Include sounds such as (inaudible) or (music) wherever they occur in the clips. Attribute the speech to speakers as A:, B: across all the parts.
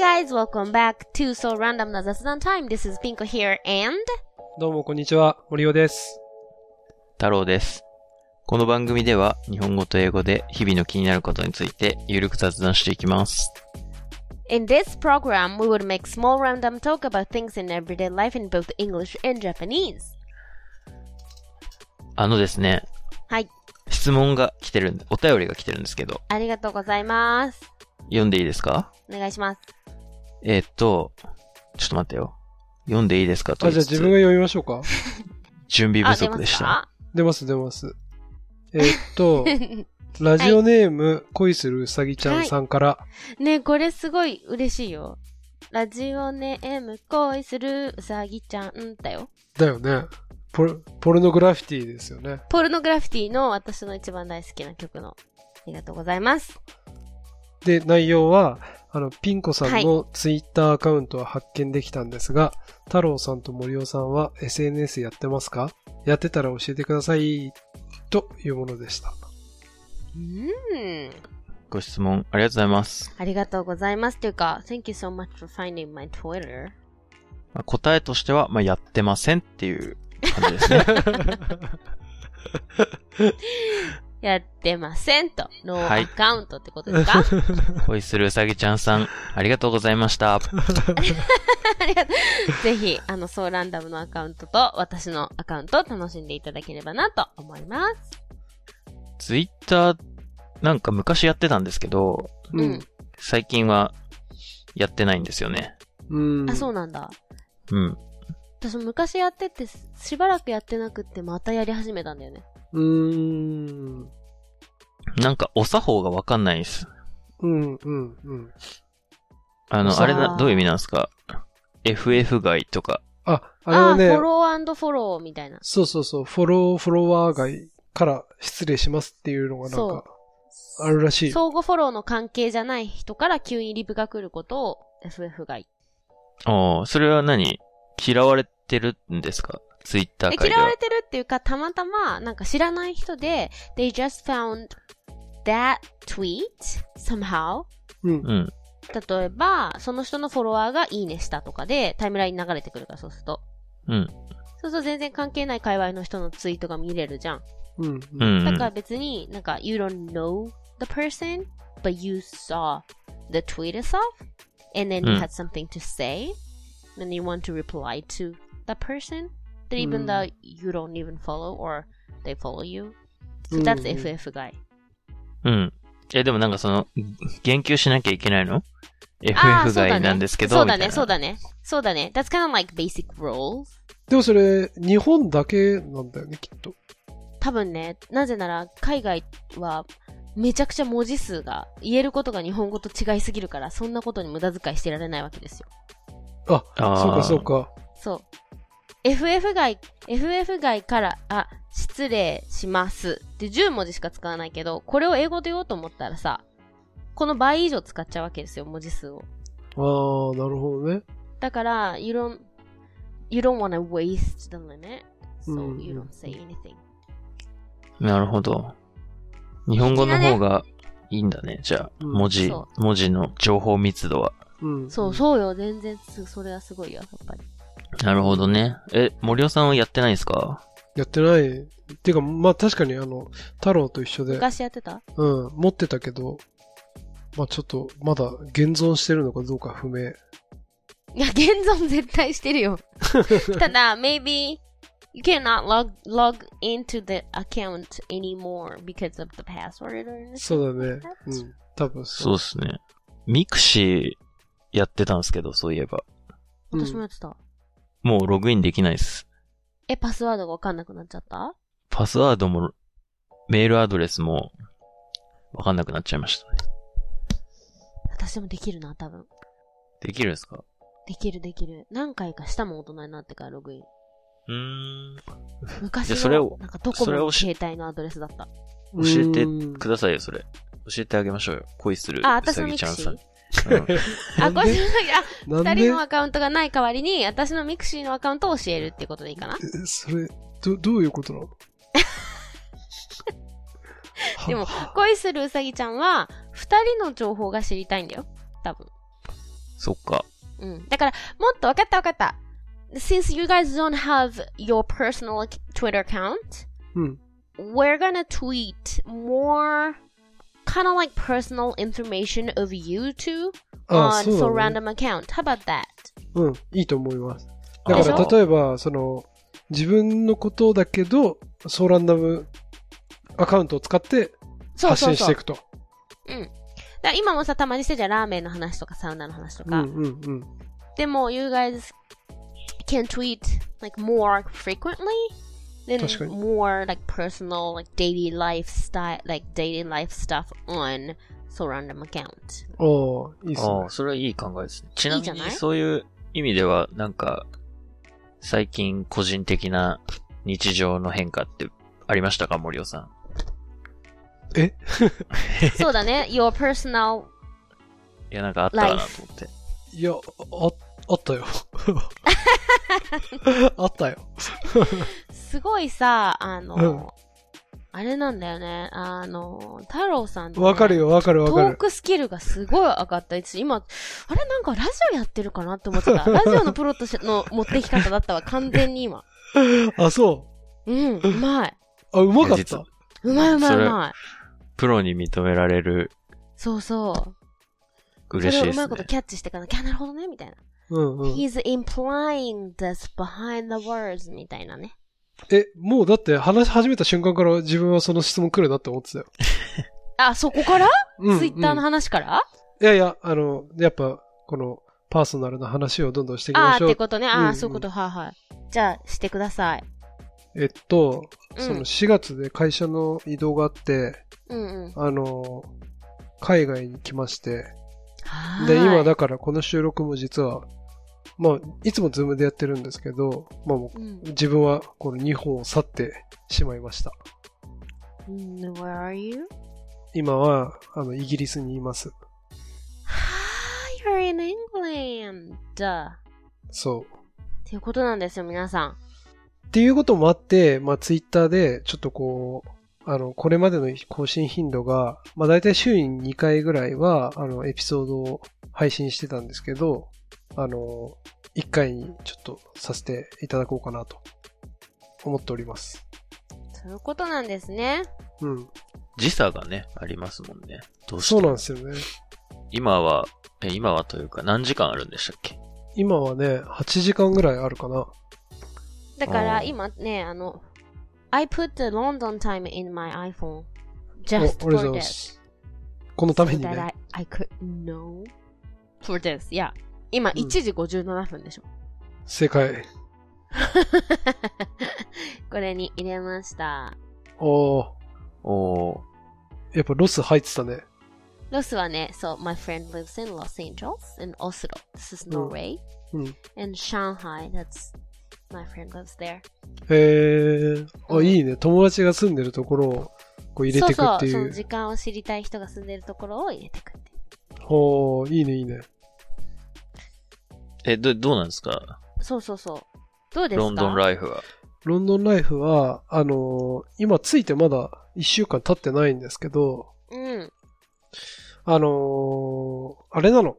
A: guys, welcome back to So Random な雑談 Time. This is Pinko here and
B: どうも、こんにちは。森尾です。
C: 太郎です。この番組では日本語と英語で日々の気になることについてゆるく雑談していきます。
A: in this program we would make small random talk about things in everyday life in both English and Japanese.
C: あのですね、
A: はい、
C: 質問が来てるんで、お便りが来てるんですけど、
A: ありがとうございます。
C: 読んでいいですか
A: お願いします。
C: えーっと、ちょっと待ってよ。読んでいいですかと
B: あ、じ
C: 言い
B: ゃあ
C: つ
B: 自
C: つ
B: 分が読みましょう (laughs) か。
C: 準備
A: あ、
C: 不
A: 出ま
C: 足
A: す
C: でした。
A: か
B: 出ます、出ます。えーっと、ラジオネーム、恋するうさぎちゃんさんから、
A: (laughs) ねえこれすごい嬉しいよ。ラジオネーム恋するうさぎちゃんだよ。
B: だよね。ポル、ポルノグラフィティですよね。
A: ポルノグラフィティの私の一番大好きな曲の。ありがとうございます。
B: で、内容は、あの、ピンコさ
A: は
B: ん
A: い
B: のツイッターアカウントは発見できたんですが、太郎さんと森尾さんは SNS やってますかやってたら教えてください。というもので (laughs) した。
A: うーん。
C: ご質問ありがとうございます。
A: ありがとうございます。というか、Thank you so much for finding my Twitter.
C: まあ答えとしては、まあ、やってませんっていう感じで
B: (laughs)
C: すね。
A: やってませんと。ノ
C: は
A: ー
C: い
A: アカウントってことですか、
B: (laughs)
A: (laughs)
C: 恋するうさぎちゃんさん、ありがとうございました。
A: ありがとうぜひ、あの、そうランダムのアカウントと私のアカウントを楽しんでいただければなと思います。
C: ツイッター、なんか昔やってたんですけど、
A: うん。
C: 最近はやってないんですよね。
B: うん。うん。
A: あ、そうなんだ。
C: うん。
A: 私昔やってて、しばらくやってなくってまたやり始めたんだよね。
B: うーん。
C: なんか、お作法がわかんないです。
B: うん、うん、うん。
C: あ
B: お
C: の、あ
B: 作
C: れ
B: 法
C: な、どういう意味なんですか ?FF 外とか。
B: あ、あれ
A: あ
B: は
A: あー、
B: ね
A: フォ、ローフォローみたいな。
B: そうそうそう、フォロー、フォロワー外から失礼しますっていうのがなんか、あるらしい。
A: 相互フォローの関係じゃない人から急にリプが来ることを FF が言
C: ああ、それは何嫌われてるんですかツイッター
A: え
C: 界で
A: 嫌わ
C: は
A: れ。てるっていうか、たまたま、なんか知らない人で、they just found that tweet somehow.
B: うん。
C: うん。
A: 例えば、その人のフォロワーがいいねしたとかで、タイムラインに流れてくるから、そうすると。
C: うん。
A: そうすると全然関係ない界隈の人のツイートが見れるじゃん。
B: うん。
C: う
B: うん
C: ん。う
A: だから
C: ん
A: 別に、なんか、you don't know the person, but you saw the tweet itself, and then you
C: うん
A: had something to say, and you want to reply to that person, that even
B: うん
A: though you don't even follow or they follow you.
B: う
A: So
B: ん
A: that's FF guy.
C: うん。え、でもなんかその、言及しなきゃいけないの
A: ああそ
C: ?FF
A: うだ
C: 外
A: ね
C: なんですけど。
A: そうだね、
C: みた
A: そ
C: いう
A: だね。そうだね。That's kind of like basic rules.
B: でもそれ、日本だけなんだよね、きっと。
A: 多分ね、なぜなら海外はめちゃくちゃ文字数が言えることが日本語と違いすぎるから、そんなことに無駄遣いしてられないわけですよ。
B: あ、
C: あー
B: そうかそうか。
A: そう。FF 外、FF 外から、あ、失礼しますって10文字しか使わないけど、これを英語で言おうと思ったらさ、この倍以上使っちゃうわけですよ、文字数を。
B: あー、なるほどね。
A: だから、you don't, you don't wanna waste the limit,
B: う
A: so
B: ん
A: you don't say anything.
C: なるほど。日本語の方がいいんだね。じゃあ、
B: うん
C: 文字
A: そ、
C: 文字の情報密度は。
B: うん。
A: そう、そうよ、全然す、それはすごいよ、やっぱり。
C: なるほどね。え、森尾さんはやってないですか
B: やってない。っていうか、まあ確かにあの、太郎と一緒で、
A: 昔やってた
B: うん、持ってたけど、まあちょっと、まだ現存してるのかどうか
A: (laughs)
B: 不明。
A: いや、現存絶対してる
B: (laughs)
A: よ。ただ、maybe you cannot log, log into the account anymore because of the password or anything.
B: そうだね。うん。多分
C: そう
B: う。
C: ですね。ミクシーやってたんですけど、そういえば。
B: うん
A: 私もやってた。
C: もうログインできないです。
A: え、パスワードがわかんなくなっちゃった
C: パスワードも、メールアドレスも、わかんなくなっちゃいましたね。
A: 私でもできるな、多分。
C: できるんですか
A: できるできる。何回かしたもん大人になってからログイン。
C: うーん。
A: 昔
C: でそれ
A: の
C: を、
A: なんかドコ
C: そ
A: モ
C: れ
A: の
C: をし
A: 携帯のアドレスだった。
C: 教えて
B: うん
C: くださいよ、それ。教えてあげましょうよ。恋する。
A: あ、
C: う
A: 私
C: さ
A: の
C: ぎ
A: ミ
C: ち
A: ク
C: ゃん
A: シ
C: さ
A: ー
C: ん。うん
B: なん
A: あ、ご
B: で
A: めんなさい。あ、
B: なん
A: 二
B: で
A: 人のアカウントがない代わりに、私のミクシーのアカウントを教えるってことでいいかな
B: えそれ、ど、どういうことなの
A: (laughs) でも
B: は、
A: 恋するうさぎちゃんは、二人の情報が知りたいんだよ。多分。
C: そっか。
A: うん。Mm. だから、もっとわかったわかった。Since you guys don't have your personal Twitter account,
B: うん。
A: we're gonna tweet more kind of like personal information of you two
B: あ
A: on
B: そう
A: for
B: だね。
A: random account. How about that?
B: うん。いいと思います。
A: で
B: だ
A: し
B: か
A: ょ
B: ら、例えば、その、自分のことだけど、ソーランダムアカウントを使って
A: そう
B: 発
A: そうそう。
B: 信して
A: だ
B: い
A: か
B: くと。
A: ら今もさ、たまにしてたじゃんラーメンの話とかサウナの話と
B: う
A: か。
B: んうんうん。
A: でも、you guys can tweet like more frequently than
B: 確かに
A: more like personal, like daily lifestyle, like daily life stuff on Sorandom
B: (laughs)
A: account.
B: おーいいっす
C: あ
B: ね
C: あ、。それはいい考えですね。ち
A: い
C: ない
A: じ
C: み
A: ゃない
C: に、そういう意味では、なんか、最近個人的な日常の変化ってありましたか、森尾さん。
B: え
A: そうだね。Your personal
C: いや、なんかあったかなと思って。
B: いや、あ、あったよ。 (laughs) あったよ。
A: すごいさ、あの、
B: うん
A: あれなんだよね。あの、太郎さんってね
B: わかるよ、わかる
A: ト
B: わか
A: ー
B: る。
A: クスキルがすごい上がった。私今、あれなんかラジオやってるかなって思って
B: (laughs)
A: た。ラジオのプロとしての持ってき方だったわ。完全に今。
B: あ、そ
A: うん、うまい。
B: う。あ、うまかっ
C: 実
B: た
C: は。
A: うまいうまい
C: そうれ
A: まい。
C: プロに認められる、
A: そうそう。そ
C: 嬉
A: れ
C: しい
A: を
C: で
A: うまい
C: す
A: こと
C: ね。
A: キャッチしてから、キャなるほどね、みたいな。
B: うんうん。
A: He's implying this behind the words みたいなね。
B: え、もうだって話し始めた瞬間から自分はその質問来るなって思ってたよ。
A: あ、そこから
B: うんうん
A: ツイッターの話から
B: いやいや、あの、やっぱ、この、パーソナルな話をどんどんしていき
A: あ
B: ま
A: あ
B: し
A: ー、
B: ょ
A: っ
B: う
A: て。ことね。あ
B: うんう
A: あ、
B: ん
A: そういうこと、はいはい。じゃあ、してください。
B: えっと、
A: うん
B: その4月で会社の移動があって、
A: うんうん。
B: あの、海外に来まして、
A: はーい。
B: で、今だからこの収録も実は、まあ、いつもズームでやってるんですけど、まあもう
A: うん。
B: 自分はこの2本を去ってしまいました。
A: うん、Where are you?
B: 今は、あの、イギリスにいます。
A: はーい、You're in England.
B: そう。
A: っていうことなんですよ、皆さん。
B: っていうこともあって、まあ、ツイッターで、ちょっとこう、あの、これまでの更新頻度が、まあ、大体週に2回ぐらいは、あの、エピソードを配信してたんですけど、あの、1回にちょっとさせていただこうかなと、思っております。
A: そういうことなんですね。
B: うん。
C: 時差がね、ありますもんね。どうして
B: そう
C: も
B: なんですよね。
C: 今は、え、今はというか、何時間あるんでしたっけ
B: 今はね、8時間ぐらいあるかな。
A: だから
C: あー
A: 今ね、あの、I put the London time in my iPhone
B: おあり
A: just
B: がとう
A: for
B: ございま
A: this.
B: す。このために
A: so that
B: ね。
A: I, I could know for this. Yeah. 今、
B: うん
A: 1時57分でしょ。 (laughs)
B: 正解。
A: これに入れました。
B: おー、
C: おー、
B: やっぱロス入ってたね。
A: ロスはね、そう、my friend lives in Los Angeles and Oslo. This is Norway.
B: うん。
A: And Shanghai, that's my friend lives there.
B: へえ。あ、いいね。友達が住んでるところをこう入れていくって
A: そうそう、そ
B: い
A: の
B: う。
A: 時間を知りたい人が住んでるところを入れていくっていう。
B: ほう、いいね、いいね。
C: え、ど、どうなんですか
A: そうそうそう。どうですか
C: ロンドンライフは。
B: ロンドンライフは、あのー今ついてまだ1週間経ってないんですけど、
A: うん。
B: あのーあれなの。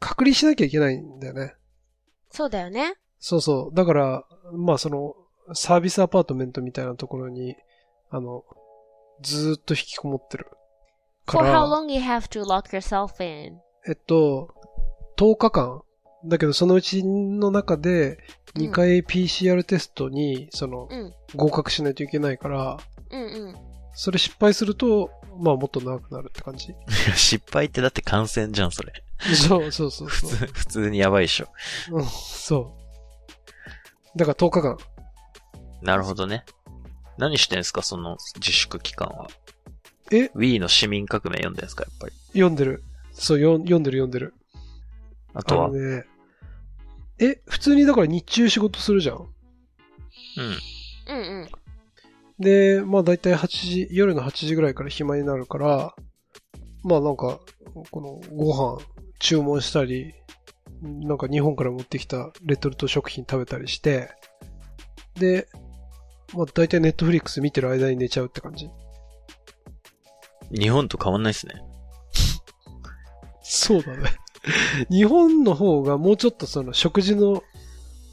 B: 隔離しなきゃいけないんだよね。
A: そうだよね。
B: そうそう。だから、まあその、サービスアパートメントみたいなところに、あの、ずーっと引きこもってる。か
A: For how
B: ら、
A: long you have to lock yourself in?
B: えっと、10日間。だけど、そのうちの中で、
A: うん
B: 2回 PCR テストに、その、
A: うん。
B: 合格しないといけないから、
A: うんうん。
B: それ失敗すると、まあ、もっと長くなるって感じ。
C: 失敗ってだって感染じゃん、それ。 (laughs)
B: そうそうそう
C: 普
B: そう。
C: 通、普通にやばいでしょ。
B: うん、そう。だから10日間。
C: なるほどね。何してんすか、その自粛期間は。
B: え
C: ?Wii の市民革命読んでんすか、やっぱり。
B: 読んでる。そう、よん読んでる読んでる。
C: あ
B: あ
C: とは、
B: のね。え、普通にだから日中仕事するじゃん。
C: うん。
A: うんうん。
B: で、まあ大体8時、夜の8時ぐらいから暇になるから、まあなんか、このご飯注文したり、なんか日本から持ってきたレトルト食品食べたりして、で、まあ大体ネットフリックス見てる間に寝ちゃうって感じ。
C: 日本と変わんないっすね。
B: そうだね。 (laughs) 日本の方がもうちょっとその食事の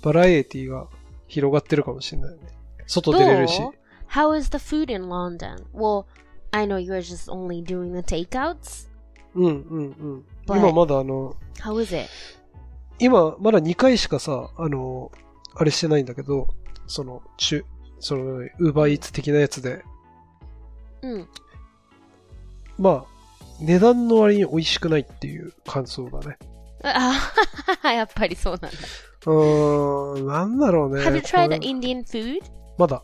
B: バラエティが広がってるかもしれないね。外出れるし。
A: どう How is the food in London? Well, I know you're just only doing the takeouts.
B: うんうんうん。
A: But-
B: 今まだあの、
A: How is it?
B: 今まだ2回しかさ、あの、あれしてないんだけど、その、中、その、ウーバーイーツ的なやつで、
A: (laughs) うん。
B: まあ、値段の割に美味しくないっていう感想だね。
A: あやっぱりそうなんだ。
B: うーん、なんだろうね。
A: Have you tried the
B: これ
A: Indian food?
B: まだ。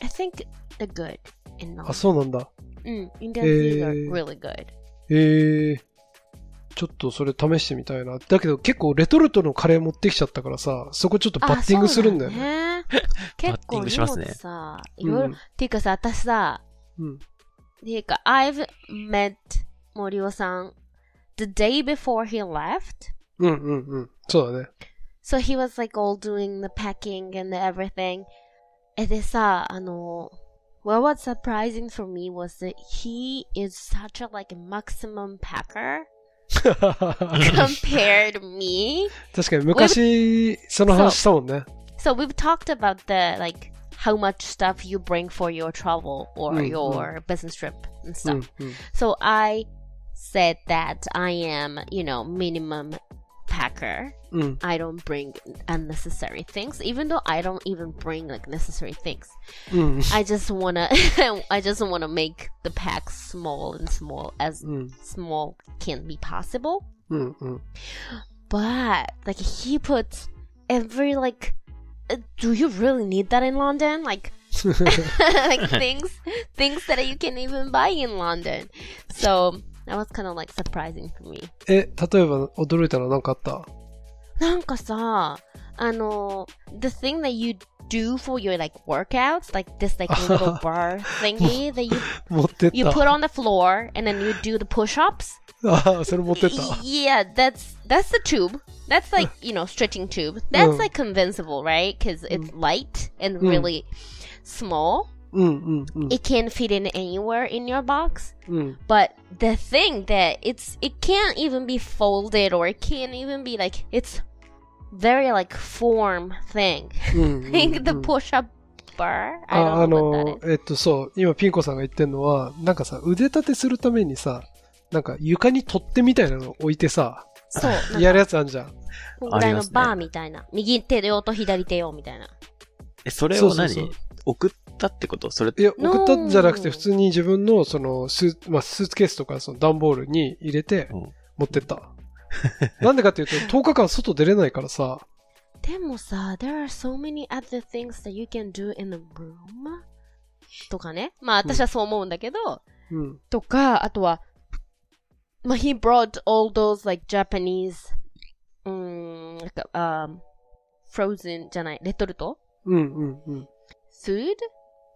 A: I think they're good in
B: あ、
A: London.
B: そうなんだ。
A: うん。Indian food are
B: えー
A: really good.
B: へえ。ちょっとそれ試してみたいな。だけど結構レトルトのカレー持ってきちゃったからさ、そこちょっ
A: Ah,
B: とバッティングするんだよね。
A: ね。結構
C: バッティング
A: 荷
C: しますね
A: 物さ、いろいろ、
B: うん
A: っていうかさ、私さ、
B: うん。
A: っていうか、I've met 森尾さん the day before he left.
B: うんうんうん。そうだね。 (laughs)
A: So he was like all doing the packing and the everything. え、でさ、あの、What was surprising for me was that he is such a like maximum packer
B: 確
A: compared me.
B: かに昔、その話したもんね。
A: So we've talked about the like how much stuff you bring for your travel or
B: Mm,
A: your business trip and
B: う
A: stuff.
B: んうん。
A: So I said that I am, you know, minimum packer.
B: うん。
A: I don't bring unnecessary things, even though I don't even bring like necessary things.
B: うん。
A: I just wanna, (laughs) I just wanna make the pack small and small as
B: うん。
A: small can be possible.
B: うん。うん。 (laughs)
A: But like he puts every like, uh, do you really need that in London? Like, (laughs) like things, things that you can even buy in London. So that was kind of like surprising for me.
B: え、例えば驚いたらなんかあった
A: なんかさ、あの、the thing that you do for your like workouts, like this like little bar thingy that you
B: 持ってっ
A: you
B: た。
A: put on the floor and then you do the push-ups.
B: ああ、それ持ってった。
A: Yeah, that's that's the tube. That's like you know stretching tube. That's
B: うん
A: like convincible, right? Because it's light and
B: うん
A: really small.
B: うんうんうん。
A: It can fit in anywhere in your box.
B: うん。
A: But the thing that it's it can't even be folded or it can't even be like it's very like form thing. (laughs)
B: うんうんうん
A: Like the push up bar. I
B: ああ
A: don't know what
B: の
A: that is.、
B: えっと、そう、今ピンコさんが言ってんのは、なんかさ、腕立てするためにさ、なんか床に取っ手みたいなの置いてさ、
A: そう。なんか
B: やるやつあんじゃん。
A: こんぐらいの
C: ありますね
A: バーみたいな。右手用と左手用みたいな。
C: え、それを
B: そう
C: 何
B: そうそう
C: 送ったってことそれ
B: いや、
A: No
B: 送ったんじゃなくて、普通に自分の、その、スー、まあ、スーツケースとか、その段ボールに入れて
C: うん、
B: 持ってった。なんで
A: (laughs)
B: かっていうと、10日間外出れないからさ、
A: でもさ、there are so many other things that you can do in the room. とかね。まあ私はそう思うんだけど、
B: うん。
A: とか、あとは、まあ、he brought all those like Japanese, うーん、なんか、あー frozen じゃない、レトルト
B: うん、うん、うん。
A: ?food?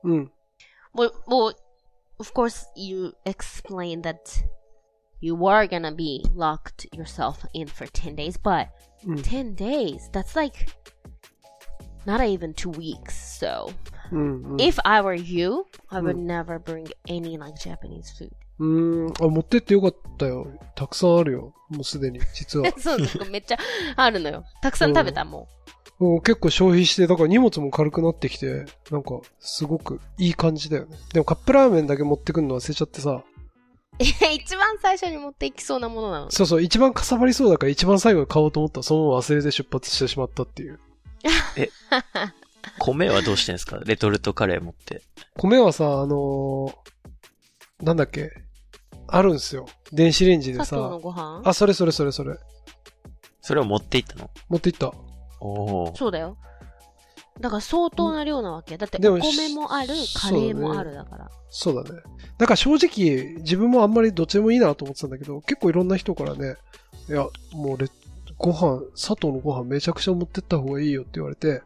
B: うん。
A: Well, well, of course you explained that you were gonna be locked yourself in for 10 days, but
B: うん
A: 10 days, that's like not even two weeks, so.
B: うん、うん。
A: If I were you, I would
B: Hmm.
A: never bring any like Japanese food.。
B: うーん。あ、持ってってよかったよ。たくさんあるよ。もうすでに、実は (laughs)
A: (laughs) そうなんかめっちゃあるのよ。たくさん
B: Oh.
A: 食べた (laughs) も
B: もう結構消費して、だから荷物も軽くなってきて、なんか、すごくいい感じだよね。でもカップラーメンだけ持ってくるの忘れちゃってさ、
A: ん。いや一番最初に持っていきそうなものなの。
B: そうそう、一番かさばりそうだから一番最後に買おうと思ったらそのまま忘れて出発してしまったっていう。
C: 米はどうしてんですか (laughs) レトルトカレー持って。
B: 米はさ、あのーなんだっけ、あるんすよ。電子レンジで
A: 佐藤の
B: さ、
A: ご飯
B: あ、それそれそれそれ、
C: それを持っていったの
B: 持って行った。
C: おお。
A: そうだよ。だから相当な量なわけ。だって
B: で
A: お
B: も
A: 米もある、カレーもあるだから。
B: そうだね。だから正直、自分もあんまりどっちでもいいなと思ってたんだけど、結構いろんな人からね、いや、もうレ、ご飯、佐藤のご飯めちゃくちゃ持ってった方がいいよって言われて、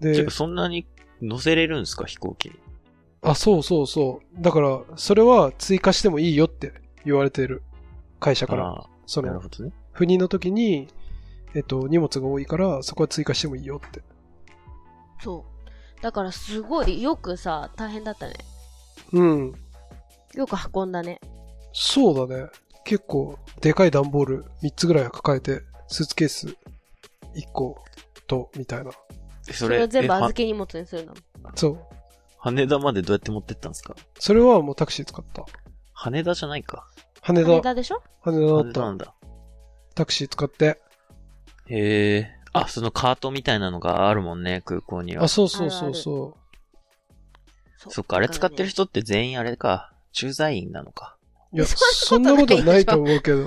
C: て
B: で
C: か、そんなに乗せれるんですか飛行機に。
B: あ、そうそうそう。だから、それは追加してもいいよって言われてる。会社から。
C: あ
B: そ
C: あ、なる
B: の、
C: ほどね。
B: 赴任の時に、えっと、荷物が多いから、そこは追加してもいいよって。
A: そう。だからすごい、よくさ、大変だったね。
B: うん。
A: よく運んだね。
B: そうだね。結構でかい段ボール3つぐらい抱えて、スーツケース1個と、みたいな。
C: えそ
A: そ
C: れ、
A: れを全
C: え
A: 部
C: は
A: 預け荷物にするんだもん。
B: そう。
C: 羽田までどうやって持ってったんですか
B: それはもうタクシー使った。
C: 羽田じゃないか。
B: 羽
A: 羽
B: 田、
A: 田でしょ
B: 羽
C: 羽
B: 田
C: 田
B: だ
C: な
B: っ
C: んだ。
B: た。タクシー使って。
C: へえ。あ、そのカートみたいなのがあるもんね、空港には
B: あ、。そうそうそうそう。
C: そっか、あれ使ってる
A: 人。
C: 人って全員あれか、駐在員なのか。
B: いや、
A: そ
B: そ
A: ん
B: ん
A: な
B: な
A: こ
B: ことと
A: な
B: ないい
A: でしょ
B: と思うけ
A: (laughs)
B: ど。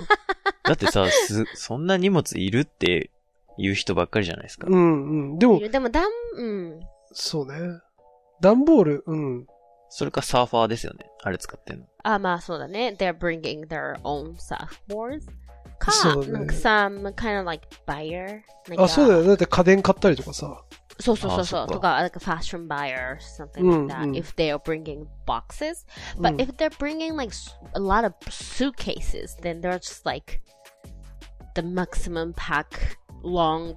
C: だってさ、す、そんな荷物いるっていう人ばっかりじゃないですか。
B: うんうん。でも
A: い、るでも、だん、うん。
B: そうね。段ボール、うん。
C: それかサーファーですよね。あれ使ってんの。
A: あ、まあそうだね。They're bringing their own surfboards. か、
B: そうだね
A: なんか some kind of like buyer. なんか
B: あ、そうだよ。だって家電買ったりとかさ。
A: そうそうそうそ
C: あ
A: う。
C: そっか
A: とか、like a fashion buyer or something
B: うん
A: like that.
B: うん
A: If they are bringing boxes.
B: う
A: But
B: ん
A: if they're bringing like s- a lot of suitcases, then they're just like the maximum pack long,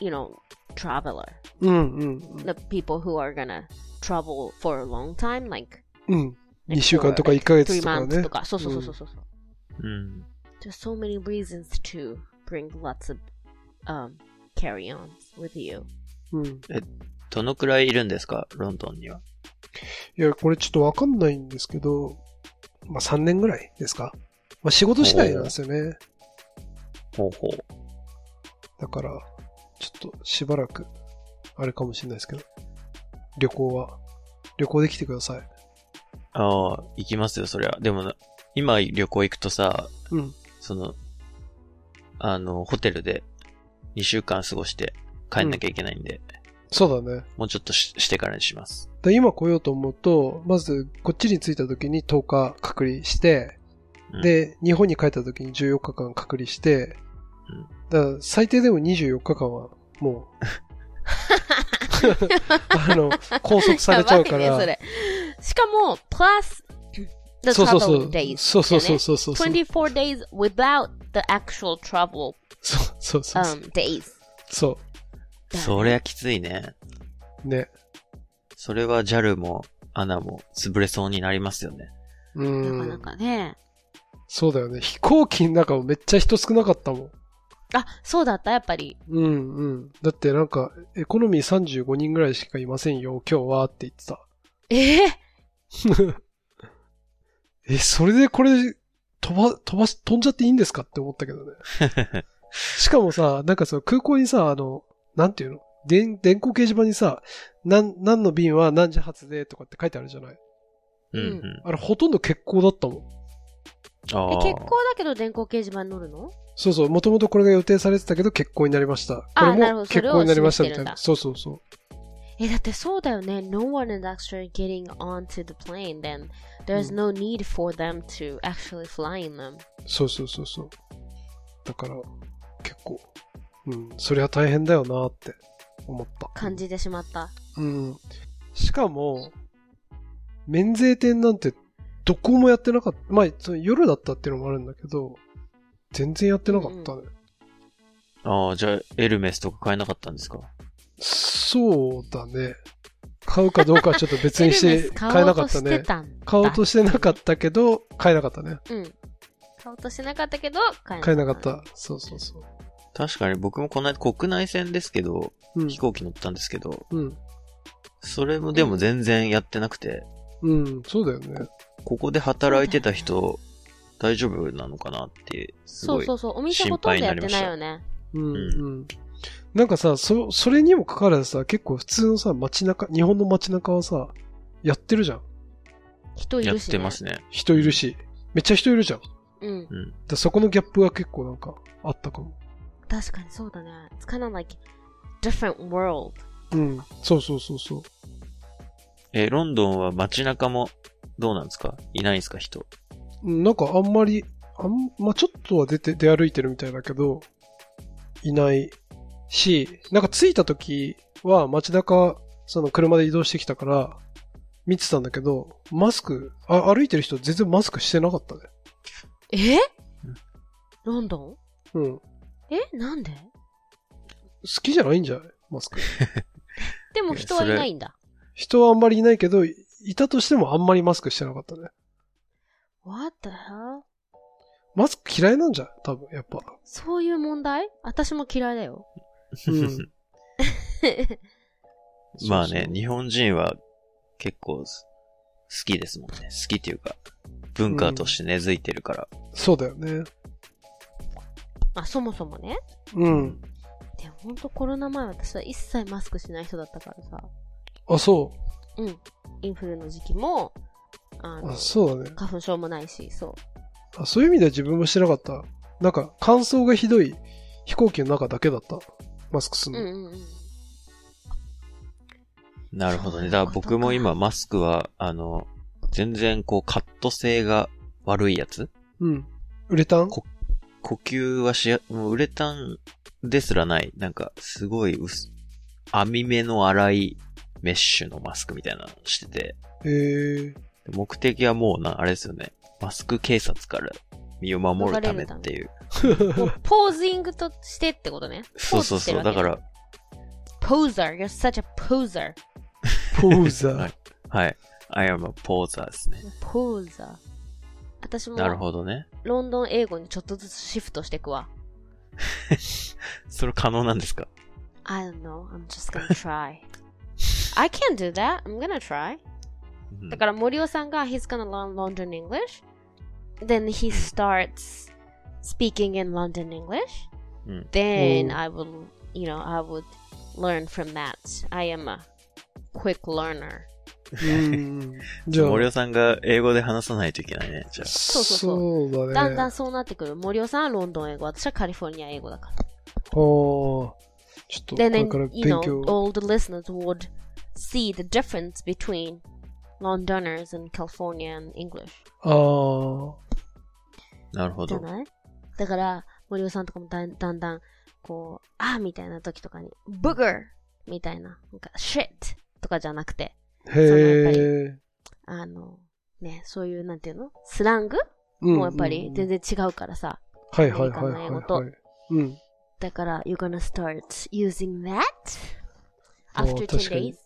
A: you know, traveler.
B: うんうん。
A: The people who are gonna travel for a long time, like
B: うん。
A: like
B: 2週間と
A: for,
B: か
A: like,
B: 1ヶ月と
A: three
B: か
A: months
B: ね
A: と。か。そうそうそうそうそう。
C: うん。
A: There's so many reasons to bring lots of um, carry ons with you.
B: うん。
C: どのくらいいるんですかロンドンには。
B: いや、これちょっとわかんないんですけど、まあ3年ぐらいですか。まあ仕事次第なんですよね。
C: ほうほう。
B: だから、ちょっとしばらく、あれかもしれないですけど、旅行は、旅行できてください。
C: ああ、行きますよ、そりゃ。でもな、今旅行行くとさ、
B: うん。
C: その、あの、ホテルで2週間過ごして帰んなきゃいけないんで、
B: そうだね。
C: もうちょっとししてからにします。
B: で今来ようと思うと、まず、こっちに着いた時に10日隔離して、
C: うん
B: で、日本に帰った時に14日間隔離して、
C: うん
B: だから最低でも24日間は、もう、 (laughs) あの、拘束
A: Oh,
B: されちゃうか
A: やばい
B: ら、
A: ねそれしかも、plus the
B: そうそうそう
A: travel days.
B: そうそうそ
A: だよ
B: う
A: ね
B: そうそうそう。
A: 24 days without the actual travel
B: そうそうそうそう。
A: um, days.
B: そ
C: そりゃきついね。
B: う。ね。
C: それは JAL も ANA も潰れそうになりますよね。
B: う。
A: なかなんかね。
B: そうだよね。飛行機の中もめっちゃ人少なかったもん。
A: あ、そうだった、やっぱり。
B: うんうん。だってなんか、エコノミー35人ぐらいしかいませんよ、今日はって言ってた。
A: ええ
B: え、それでこれ、飛ば、飛ばし、飛んじゃっていいんですかって思ったけどね。しかもさ、なんかその空港にさ、あの、なんていうの電、電光掲示板にさ、なん、何の便は何時発でとかって書いてあるじゃない
C: うん
A: う
C: うん。
B: あれほとんど欠航だったもん。
C: あ
A: え
C: あ。
A: 結構だけど電光掲示板に乗るの
B: そうそう、もともとこれが予定されてたけど欠航になりました。
A: あ
B: これ
A: なるほど
B: も
A: そ
B: 欠
A: れを
B: 航になりましたみた
A: 示し
B: い
A: てるんだ
B: な。そうそうそう。
A: え、だってそうだよね。No one is actually getting onto the plane then. There's no need for them to actually fly in them.
B: そうそうそうそう。だから、結構、うん、そりゃ大変だよなって思った。
A: 感じてしまった。
B: うん。しかも、免税店なんてどこもやってなかった。まあ、その夜だったっていうのもあるんだけど、全然やってなかったね。
C: ああ、じゃあエルメスとか買えなかったんですか
B: そうだね。買うかどうかはちょっと別に
A: (laughs)
B: し
A: エルメ
B: て
A: ス
B: 買えなかった
A: 買おうとして
B: ね。
A: たんだ
B: 買おうとしてなかったけど、買えなかったね。
A: うん。買おうとしてなかったけど、買え
B: 買えなかっ。た。そうそうそう。
C: 確かに僕もこの間国内線ですけど、
B: うん
C: 飛。行機乗ったんですけど、
B: うん。
C: それもでも全然やってなくて、
B: うん。そうだよね。
C: ここで働いてた人、大丈夫なのかなって、す
A: そ
C: ご
A: う
C: い。
A: そうそう。お店ほとんどやってないよね。
B: うん
C: う
B: うん。なんかさ、そ、それにもかかわらずさ、結構普通のさ、街中、日本の街中はさ、やってるじゃん。
A: 人い
C: やっ
A: るし、ね。
C: てますね。
B: 人いるし。めっちゃ人いるじゃん。
A: うん。
C: うん。
B: でそこのギャップが結構なんかあったかも。
A: 確かにそうだね。It's kind of like different world.
B: うん。そうそうそうそう。
C: え、ロンドンは街中もどうなんですかいないんですか人。
B: うんなんかあんまり、あん、まあ、ちょっとは出て、出歩いてるみたいだけど、いないし、なんか着いた時は街中、その車で移動してきたから、見てたんだけど、マスク、あ、歩いてる人全然マスクしてなかったね。
A: え
C: うん
A: ロンド
B: うん。
A: ン
B: 好
A: えなんで
B: きじゃないんじゃないマスク。
A: でも
C: いや
A: 人は
C: そ
A: い
C: れ
A: ないんだ。
B: 人はあんまりいないけど、いいたとしてもあんまりマスクしてなかったね。
A: What the hell?
B: まマスク嫌いなんじゃん多分、やっぱ。
A: そういう問題私も嫌いだよ。 (laughs)
B: うん。
C: まあ
B: そう
C: ね、
B: そう。
C: 日本人は結構す好きですもんね。好きっていうか、文化として根付いてるから。
B: そうだよね。
A: まあ、そもそもね。
B: うん。
A: でもほんとコロナ前私は一切マスクしない人だったからさ。
B: あ、そ
A: うん。インフルの時期も、あ
B: う。
A: の
B: あ、、そうだね。
A: 花粉症もないし、そう。
B: あそういう意味では自分もしてなかった。なんか、乾燥がひどい飛行機の中だけだった。マスクす
A: うんん
B: の。
A: うんうん。
C: なるほど
A: そうい
C: ね。
A: うこと
C: だから僕も今マスクは、あの、全然こうカット性が悪いやつ
B: うん。ウレタン
C: こ呼吸はしや、もうウレタンですらない。なんか、すごい薄、網目の粗いメッシュのマスクみたいなのしてて。
B: えー、
C: で目的はもうな、あれですよね。マスク警察から身を守るためっていう。 (laughs)
A: もうポージングとしてってことね。
C: そうそうそう。だから、
A: ポーザー、you're such a poser.
B: ポーザ
C: (laughs) は
B: ー
C: い。はい。I am a poser ですね。
A: ポーザー。私も
C: なるほどね。
A: ロンドン英語にちょっとずつシフトしていくわ。
C: それ可能なんですか
A: I don't know, I'm just gonna try. I can't do that, I'm gonna try.
C: うん
A: だから森尾さんが He's gonna learn London English Then he starts speaking in London English
C: うん
A: Then
B: おう
A: I will, you know, I would learn from that I am a quick learner
B: うん。じゃあ、
C: 森尾さんが英語で話さないといけないね。じゃあ。
B: そう
A: そう
B: だね。
A: だんだんそうなってくる森尾さんはロンドン英語私はカリフォルニア英語だから
B: あーちょっ
A: Then,
B: と、これ
A: then
B: から
A: you
B: 勉
A: know,
B: 強。
A: all the listeners would see the difference between Londoners and California and English
B: あー
C: なるほ
A: じゃ
C: ど。
A: ないだから、森尾さんとかもだんだんだん、こう、あーみたいな時とかに、booger! みたいな、なんか、shit! とかじゃなくて、
B: へえ。
A: あの、ね、そういう、なんていうのスラング
B: うん
A: もうやっぱり
B: うん
A: 全然違うからさ。
B: はいはいはい
A: アメリカの英語
B: はい、
A: と
B: はい。うん。
A: だから、you're gonna start using that
B: あー
A: after
B: 確
A: 10
B: かに
A: days.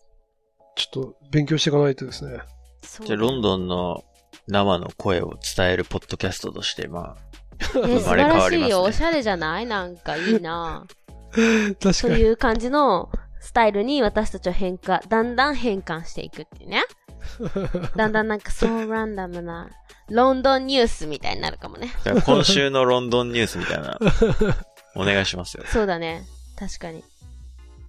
B: ちょっと勉強していかないとですね。
A: そう
C: じゃあ、ロンドンの生の声を伝えるポッドキャストとして、ま
A: ね、素
C: 生ま
A: 晴
C: れ変
A: ら
C: わ
A: し
C: りますね
A: いよ。おしゃれじゃないなんかいいな
B: 確
A: (laughs)
B: か
A: そう
B: に。
A: いう感じのスタイルに私たちは変化、だんだん変換していくっていうね。だんだんなんかそうランダムな、ロンドンニュースみたいになるかもね。
C: あ、だから今週のロンドンニュースみた
B: (laughs)
C: いな、お願いしますよ。
A: そうだね。確かに。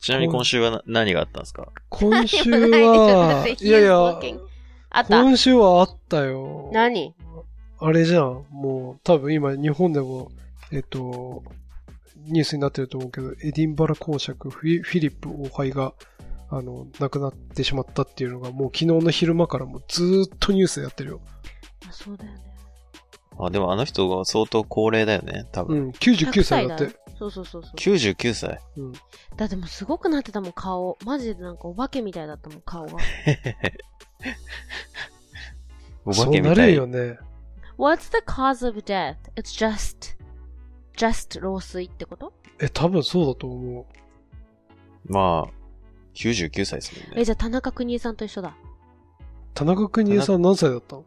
C: ちなみに今週はな何があったんですか
B: 今週
A: でも (laughs) ないでしょだっ
B: は
A: て、
B: いやい
A: he
B: や
A: is、walking あった
B: 今週はあったよ。
A: 何
B: あれじゃん。もう、多分今日本でも、えっと、ニュースになってると思うけど、エディンバラ公爵フィ、フィリップ王妃が、あの、亡くなってしまったっていうのが、もう昨日の昼間からもうずーっとニュースでやってるよ。
A: あそうだよね。
C: あ、でもあの人が相当高齢だよね、多
B: う
C: 分。
B: ん、99歳だっ
A: 100
B: て。
A: よ。そうそうそうそう。
C: 99歳。
B: うん。
A: だってもうすごくなってたもん、顔。マジでなんかお化けみたいだったもん、顔が。
C: お化
B: そう
C: け
B: な
C: みた
B: れる
C: い
B: よ。ね。
A: What's the cause of death? It's just, just 老衰ってこと
B: え、多分そうだと思
C: まあ、99歳ですもん
A: え、
C: ね。
A: じゃあ田中邦衛さんと一緒だ。
B: う。田中邦衛さん何歳だったの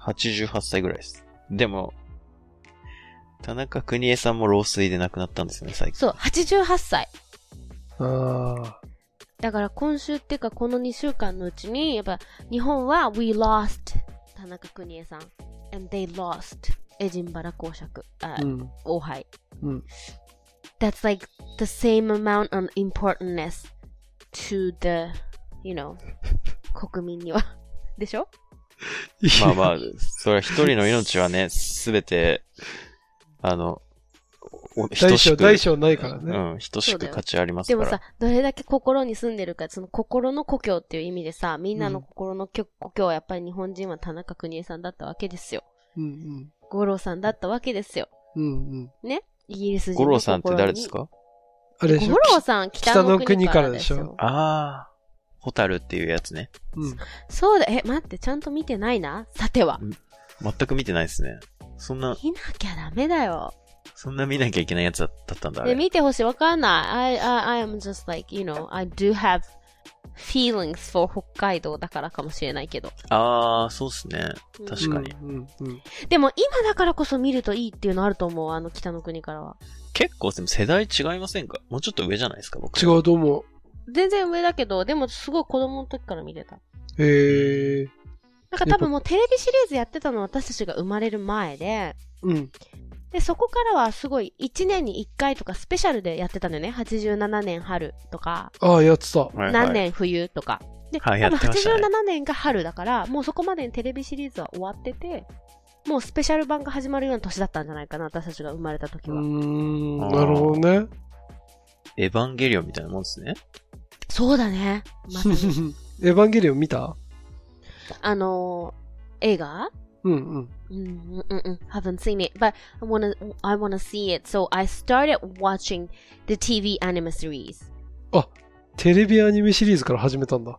C: 88歳ぐらいです。でも、田中邦衛さんも老衰で亡くなったんですよね、最近。
B: (laughs)
A: そう、88歳。
B: ああ、
A: だから今週っていうかこの2週間のうちに、やっぱ日本は We lost 田中邦衛さん and they lost エジンバラ公爵、あ
B: うん。
A: 王妃。
B: うん。
A: That's like the same amount of importantness to the, you know, 国民には。でしょ
C: まあま
B: (laughs) あ。
C: あ、それは一人の命はね、すべて、あの、
B: 大
C: お等し
B: 小、
C: く、
B: 大小ないからね。
C: うん、等しく価値あります
A: で
C: か
A: も
C: ら
A: さ。、どれだけ心に住んでるか、その心の故郷っていう意味でさ、みんなの心のきょ故郷はやっぱり日本人は田中邦衛さんだったわけですよ。
B: うん
A: 五郎さんだったわけですよ。
B: うん。うんうん。
A: イギリス人
C: 五
A: の
C: 郎
A: 心
C: さんって誰ですか
B: あれでしょ
A: 五郎さん、北の国からです
B: 北の
A: よ。
C: ああ、ホタルっていうやつね。
B: うん。
A: そうだ、え、待って、ちゃんと見てないな。さては。
C: 全く見てないですね。そんな、
A: 見なきゃダメだよ。
C: そんな見なきゃいけないやつだったんだ、あ
A: で、
C: れ。
A: 見てほしい。わかんない。I, I, I am just like, you know, I do have feelings for 北海道だからかもしれないけど。
C: あー、そうっすね。
A: うん
C: 確かに。
B: うんうんうん。
A: でも今だからこそ見るといいっていうのあると思う、あの北の国からは。
C: 結構、でも世代違いませんかもうちょっと上じゃないですか、僕。
B: 違うと思う。
A: 全然上だけど、でもすごい子供の時から見てた。
B: へえ。
A: なんか多分もうテレビシリーズやってたのは私たちが生まれる前で、
B: うん。
A: で、そこからはすごい1年に1回とかスペシャルでやってたんだよね。87年春とか、
B: ああ、やってた。
C: はいはい
A: 何年冬とか。で、
C: はい
A: 多
C: や
A: 分
C: ってましたね
A: 87年が春だから、もうそこまでにテレビシリーズは終わってて、もうスペシャル版が始まるような年だったんじゃないかな、私たちが生まれた時
B: うー
A: は。
B: ん、
C: あー
B: なるほどね。
C: エヴァンゲリオンみたいなもんですね。
A: そうだね。まさに。
B: エヴァンゲリオン見た
C: (laughs)
A: あのー、映画
B: うんうん。
A: Mm, mm, mm, mm. haven't seen it, but I wanna, I wanna see it. So I started watching the TV anime series.
B: テレビアニメシリーズから始めたんだ。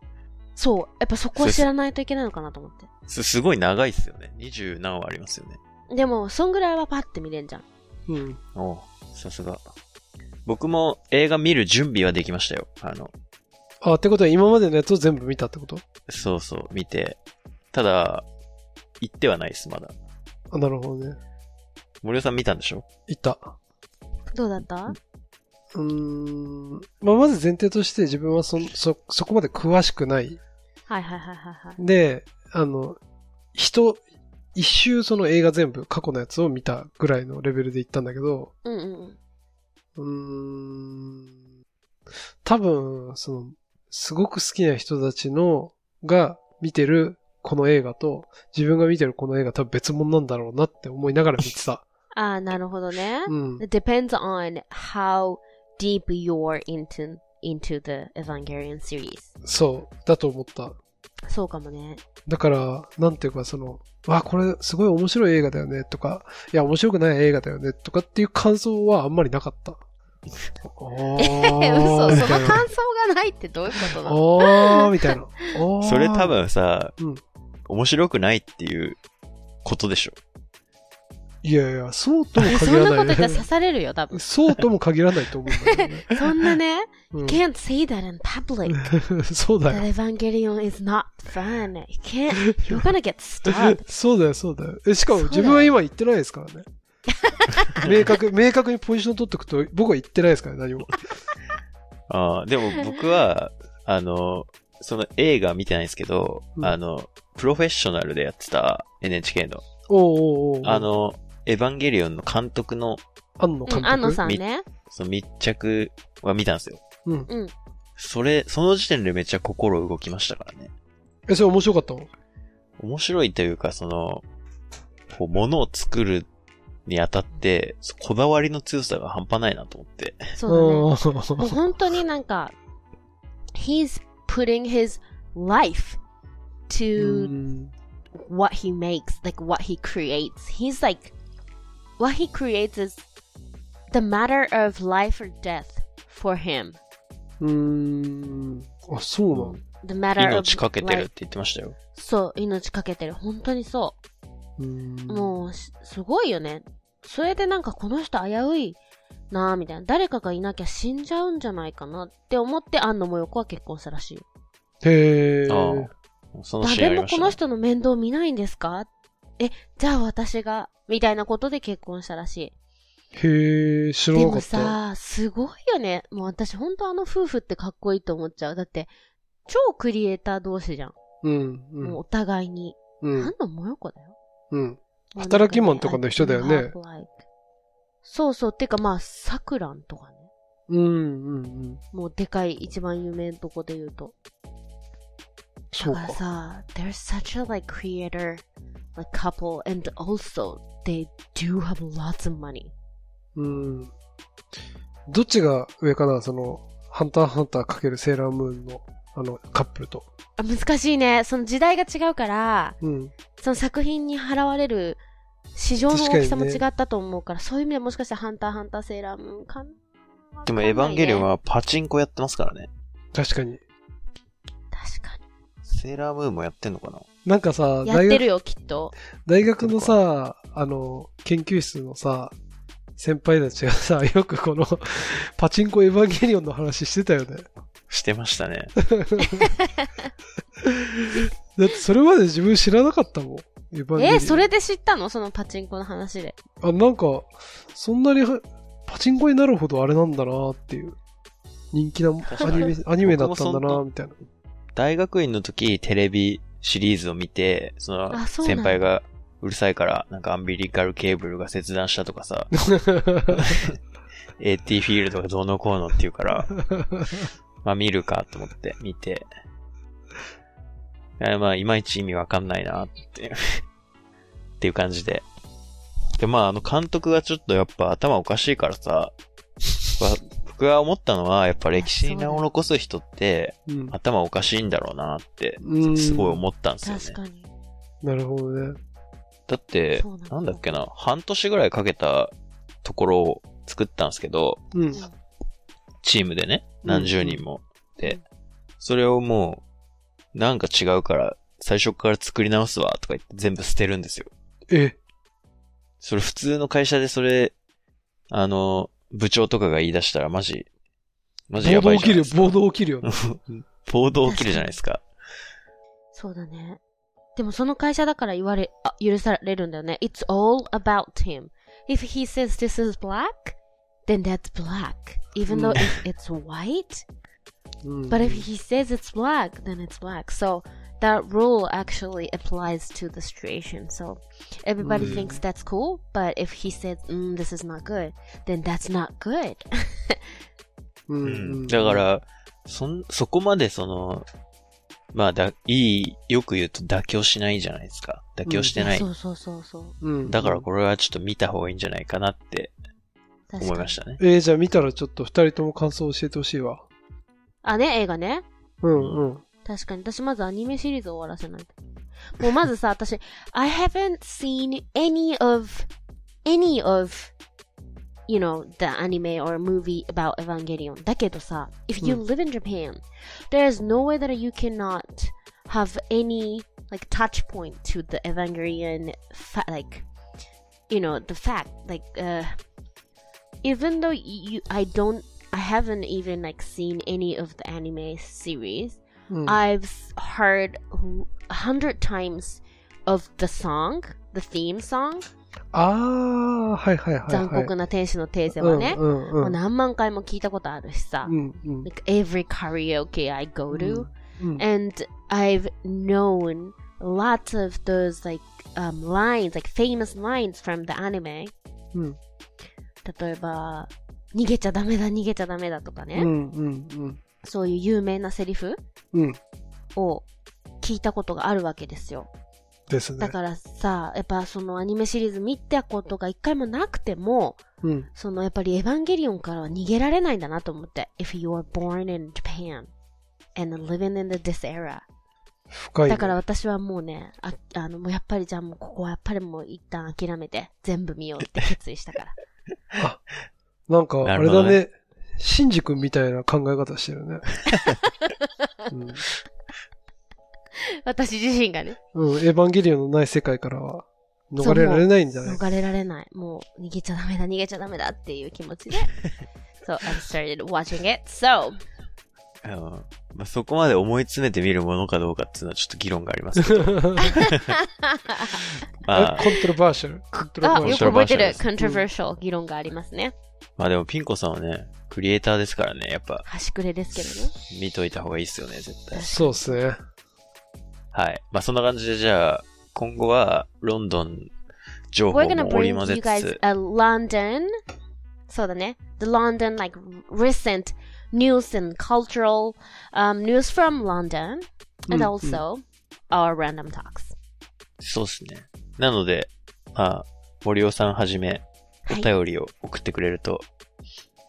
A: そう、やっぱそこは知らないといけないのかなと思って。
C: す、すごい長いっすよね。二十何話ありますよね。
A: でも、そんぐらいはパッて見れんじゃん。
B: うん。
C: おうさすが。僕も映画見る準備はできましたよ。あの、
B: あってことは今までのやつを全部見たってこと
C: そうそう、見て。ただ、行ってはないです、まだ。
B: あ、なるほどね。
C: 森尾さん見たんでしょ
B: いた。
A: どうだった
B: うーん。まあ、まず前提として自分はそん、そ、そこまで詳しくない。
A: はいはいはいはいはい。
B: で、あの、人、一周その映画全部過去のやつを見たぐらいのレベルで行ったんだけど、
A: うんうん
B: うーん多分、その、すごく好きな人たちの、が見てるこの映画と、自分が見てるこの映画多分別物なんだろうなって思いながら見てた。
A: うん。ああ、なるほどね。
B: うん。
A: It depends on how deep you're into, into the Evangelion series.
B: そう、だと思った。
A: そうかもね。
B: だから、なんていうかその、わ、これすごい面白い映画だよねとか、いや、面白くない映画だよねとかっていう感想はあんまりなかった。
A: え、
B: え
A: 嘘、その
B: たいな
A: 感想がないってどういうことなの
B: あー、みたいな。あー
C: それ多。分さ、
B: うん
C: 面白くないっていうことでしょ。
B: いやいや、そうとも
A: えそ
B: 限
A: ん
B: ら
A: な
B: な
A: こと
B: い。
A: 言ったら刺されるよ、多分。
B: そうとも限らないと思うんだよね。
A: (laughs) そんなね、
B: うん
A: can't say that in public.
B: (laughs) そうだ
A: that
B: よ。
A: Evangelion is not fun. You can't. You're gonna get
B: (laughs)
A: stabbed.
B: そうだよ、そうだよ。え、しかも
A: そうだよ
B: 自分は今言ってないです
A: (laughs)
B: からね。明確、明確にポジション取っておくと、僕は言ってないですからね、何
A: (laughs)
B: も。
C: あーでも僕
B: (laughs)
C: は、あの、その映画見てないんですけど、
B: うん
C: あの、プロフェッショナルでやってた NHK の、
B: おうおうおう
C: あ、の、エヴァンゲリオンの監督の
B: 安野監
A: うん、
B: 督。
A: 安野さんね。
C: その密着は見たんですよ。
B: うん。
A: うん。
C: それ、その時点でめっちゃ心動きましたからね。
B: え、それ面白かったの
C: 面白いというか、その、こう、物を作るにあたって、そこだわりの強さが半端ないなと思って。
A: そう
B: あー
A: だね。もう本当になんか、he's putting his life
B: う
A: to
B: ん
A: what he makes, like what he creates. He's like, what he creates is the matter of life or death for him.
B: うーん。あ、そうなの
A: The matter of
C: 命かけてるっ
A: life.
C: て言ってましたよ。
A: そう、命かけてる。本当にそう。
B: うーん。
A: もうし、すごいよね。それでなんかこの人危ういなぁ、みたいな。誰かがいなきゃ死んじゃうんじゃないかなって思って、安野もよこは結婚したらしいよ。
B: へ
C: あ
B: ー。
C: あそのシーンあ
A: 誰も
C: りまし
A: こ
C: たね、
A: の人の面倒見ないんですかえ、じゃあ私が、みたいなことで結婚したらし
B: へー、知
A: い。
B: ら
A: で
B: なか
A: も
B: った。
A: さ、すごいよね。もう私ほんとあの夫婦ってかっこいいと思っちゃう。だって、超クリエイター同士じゃん。
B: うん、う
A: もうんお互いに。
B: う
A: 安
B: ん、
A: 野もよこだよ。
B: うん。
A: もうなん
B: 働き者とかの人だよね
A: I don't have like- そうそう。てかまあ、さくらんとかね。
B: うん、うん、うん。
A: もうでかい一番有名なとこで言うと。
B: そ
A: だから
B: うか。
A: さ、they're such a like creator, like couple, and also they do have lots of money.
B: うん。どっちが上かなその、ハンターハンターかけるセーラームーンの、あの、カップルと。
A: あ難しいね。その時代が違うから、
B: うん。
A: その作品に払われる市場の大きさも違ったと思うから、そういう意味でもしかしてハンターハンターセーラームーンかな
C: でもエヴァンゲリオン
A: わ
C: はパチンコやってますからね。
B: 確か
A: かんない
B: に。
A: ね確か
C: セーラームーンもやってんのかな
B: なんかさ、
A: に。やっ
B: 大
A: てる
B: 学、
A: よ、きっと。
B: 大学のさ、あの、研究室のさ、 (laughs)
A: (laughs)
B: 先輩たちがさ、よくこの、パチンコエヴァンゲリオンの話してたよね。
C: してましたね。
B: だってそれまで自分知らなかったもん。エヴァンゲリオン
A: え、それで知ったのそのパチンコの話で。
B: あ、なんか、そんなにはパチンコになるほどあれなんだなっていう。人気なアニ
C: (laughs)
B: メ、アニメだったんだ
C: 僕も
B: な
C: その
B: みたいな。
C: 大学院の時、テレビシリーズを見て、その、
A: あそうなん
C: 先
A: だ
C: 輩がうるさいから、なんかアンビリカルケーブルが切断したとかさ、AT フィールドがどうのこうのって言
A: (laughs)
C: うから、まあ見るかと思って見て、あまあいまいち意味わかんないなって、 (laughs) っていう感じで。で、まああの監督がちょっとやっぱ頭おかしいからさ、まあ僕が思ったのはやっぱ歴史に名を残す人って (laughs)
B: うん
C: 頭おかしいんだろうなって
B: うん
C: すごい思ったんですよ
A: 確
C: ね。
A: かに。
B: なるほどね。
C: だって
A: そうなんだ、
C: なんだっけな、半年ぐらいかけたところを作ったんですけど、
B: うん。
C: チームでね、
B: うん
C: 何十人も。
A: う
C: で
A: ん、
C: それをもう、なんか違うから、最初から作り直すわ、とか言って全部捨てるんですよ。
B: え、
C: それ普通の会社でそれ、あの、部長とかが言い出したらマジ、マジや
B: 暴
C: ば
B: 動
C: い
B: 起
C: じ
B: きる
C: ゃないで
B: よ、
C: すか。
B: 暴動起きるよ。
C: (laughs) 暴動起きるじゃないですか。
A: そうだね。でもその会社だから言われ、あ、許されるんだよね。It's all about him. If he says this is black, then that's black. Even though if it's white,
B: うん
A: but if he says it's black, then it's black. So that rule actually applies to the situation. So everybody
B: Mm.
A: thinks that's cool, but if he says, mm, this is not good, then that's not good.
B: う
C: うんんだか、ら、そん、そこまでその、まあ、だ、いい、よく言うと妥協しないじゃないですか。妥協してな
A: (laughs)
C: い。
A: そうそうそうそう。
B: うん
C: だからこれはちょっと見た方がいいんじゃないかなって
A: 確かに
C: 思いましたね。
B: えーじゃあ見たらちょっと二人とも感想教えてほしいわ。
A: あ、ね、映画ね。
B: うんうん。
A: 確かに。私まずアニメシリーズを終わらせないと。もうまずさ、私、I haven't seen any of, any of, you know, the anime or movie about Evangelion. だけどさ、if you
B: うん
A: live in Japan, there's no way that you cannot have any, like, touch point to the Evangelion, fa- like, you know, the fact, like, uh, even though you, I don't, I haven't even, like, seen any of the anime series,
B: うん、
A: I've heard a hundred times of the song, the theme song、
B: あー、はいはいはい、はい。
A: 残酷な天使のテーゼはね、
B: うんうん
A: も
B: う。
A: うん何万回も聞いたことあるしさ、
B: うんうん。
A: like every karaoke I go to,、
B: うん、
A: and I've known lots of those like、um, lines, like famous lines from the anime.
B: うん
A: 例えば、逃げちゃダメだ、逃げちゃダメだとかね、
B: うんうんうん。
A: そういう有名なセリフ
B: うん。
A: を聞いたことがあるわけですよ。
B: ですね。
A: だからさ、やっぱそのアニメシリーズ見たことが一回もなくても、
B: うん。
A: そのやっぱりエヴァンゲリオンからは逃げられないんだなと思って。If you are born in Japan and living in this era.
B: 深い、ね。
A: だから、私はもうね、ああの、もうやっぱりじゃあもうここはやっぱりもう一旦諦めて全部見ようって決意したから。 (laughs)
B: なんか、あ
C: な
B: れ
C: るほ
B: だ
C: どね
B: ね。シンジ君みたいな考え方して
C: (laughs)
B: るね。うん
A: 私自身がね、
B: うん、エヴァンゲリオンのない世界からは逃れられないんじゃない
A: 逃れられない。もう逃げちゃダメだ、逃げちゃダメだっていう気持
B: (laughs)
A: ちで。so I started watching it. So,
C: うんまあ、そこまで思い詰めてみるものかどうかっていうのはちょっと議論があり
A: (laughs)
C: ますけど、
B: (laughs)
C: ま
B: あ
C: あ
B: れ、コントロバーシャル。コントロバ
A: あ、
B: ー
A: よく
B: シャル。
A: 覚えて
C: うん
A: る。controversial 議論がありますね。
C: まあでもピンコさんはね、クリエイターですからね、やっぱ
A: 端くれですけどね。
C: 見といた方がいいっすよね、絶対。
B: そうですね。
C: はい。まあそんな感じでじゃあ、今後はロンドン情報
A: We're gonna
C: も織り
A: bring
C: 交ぜ
A: you
C: つ
A: guys
C: つ、
A: a London. そうだね。The London, like, recent news and cultural um, news from London.
B: うん
A: And also our random talks.
C: そうっすね。なので、まあ、森尾さんはじめ、
A: は
C: お
A: い
C: 便りを送ってくれると、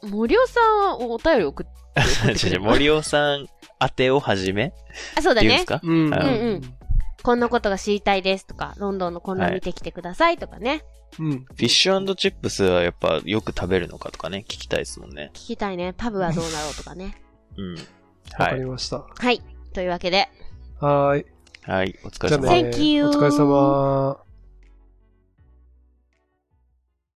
A: 森尾さんはお便り送っ
C: 違 (laughs) う違う森尾さん宛てをはじめ、
A: あ、そうだ
C: っていうんで
A: ね
C: す。か
B: うん。うん
C: うん
A: うんこんなことが知りたいですとか、ロンドンのこんな見てきてくださいとかね。
B: うん。
C: フィッシュチップスはやっぱよく食べるのかとかね、聞きたいですもんね。
A: 聞きたいね。パブはどうなろうとかね。
C: うん。
B: わ
C: は
B: かり
C: い。
B: ました。
A: はい。というわけで。
B: はーい。
C: はい。お疲れ
B: じゃあ
C: 様
B: ね。
A: Thank you.
B: お疲れ様。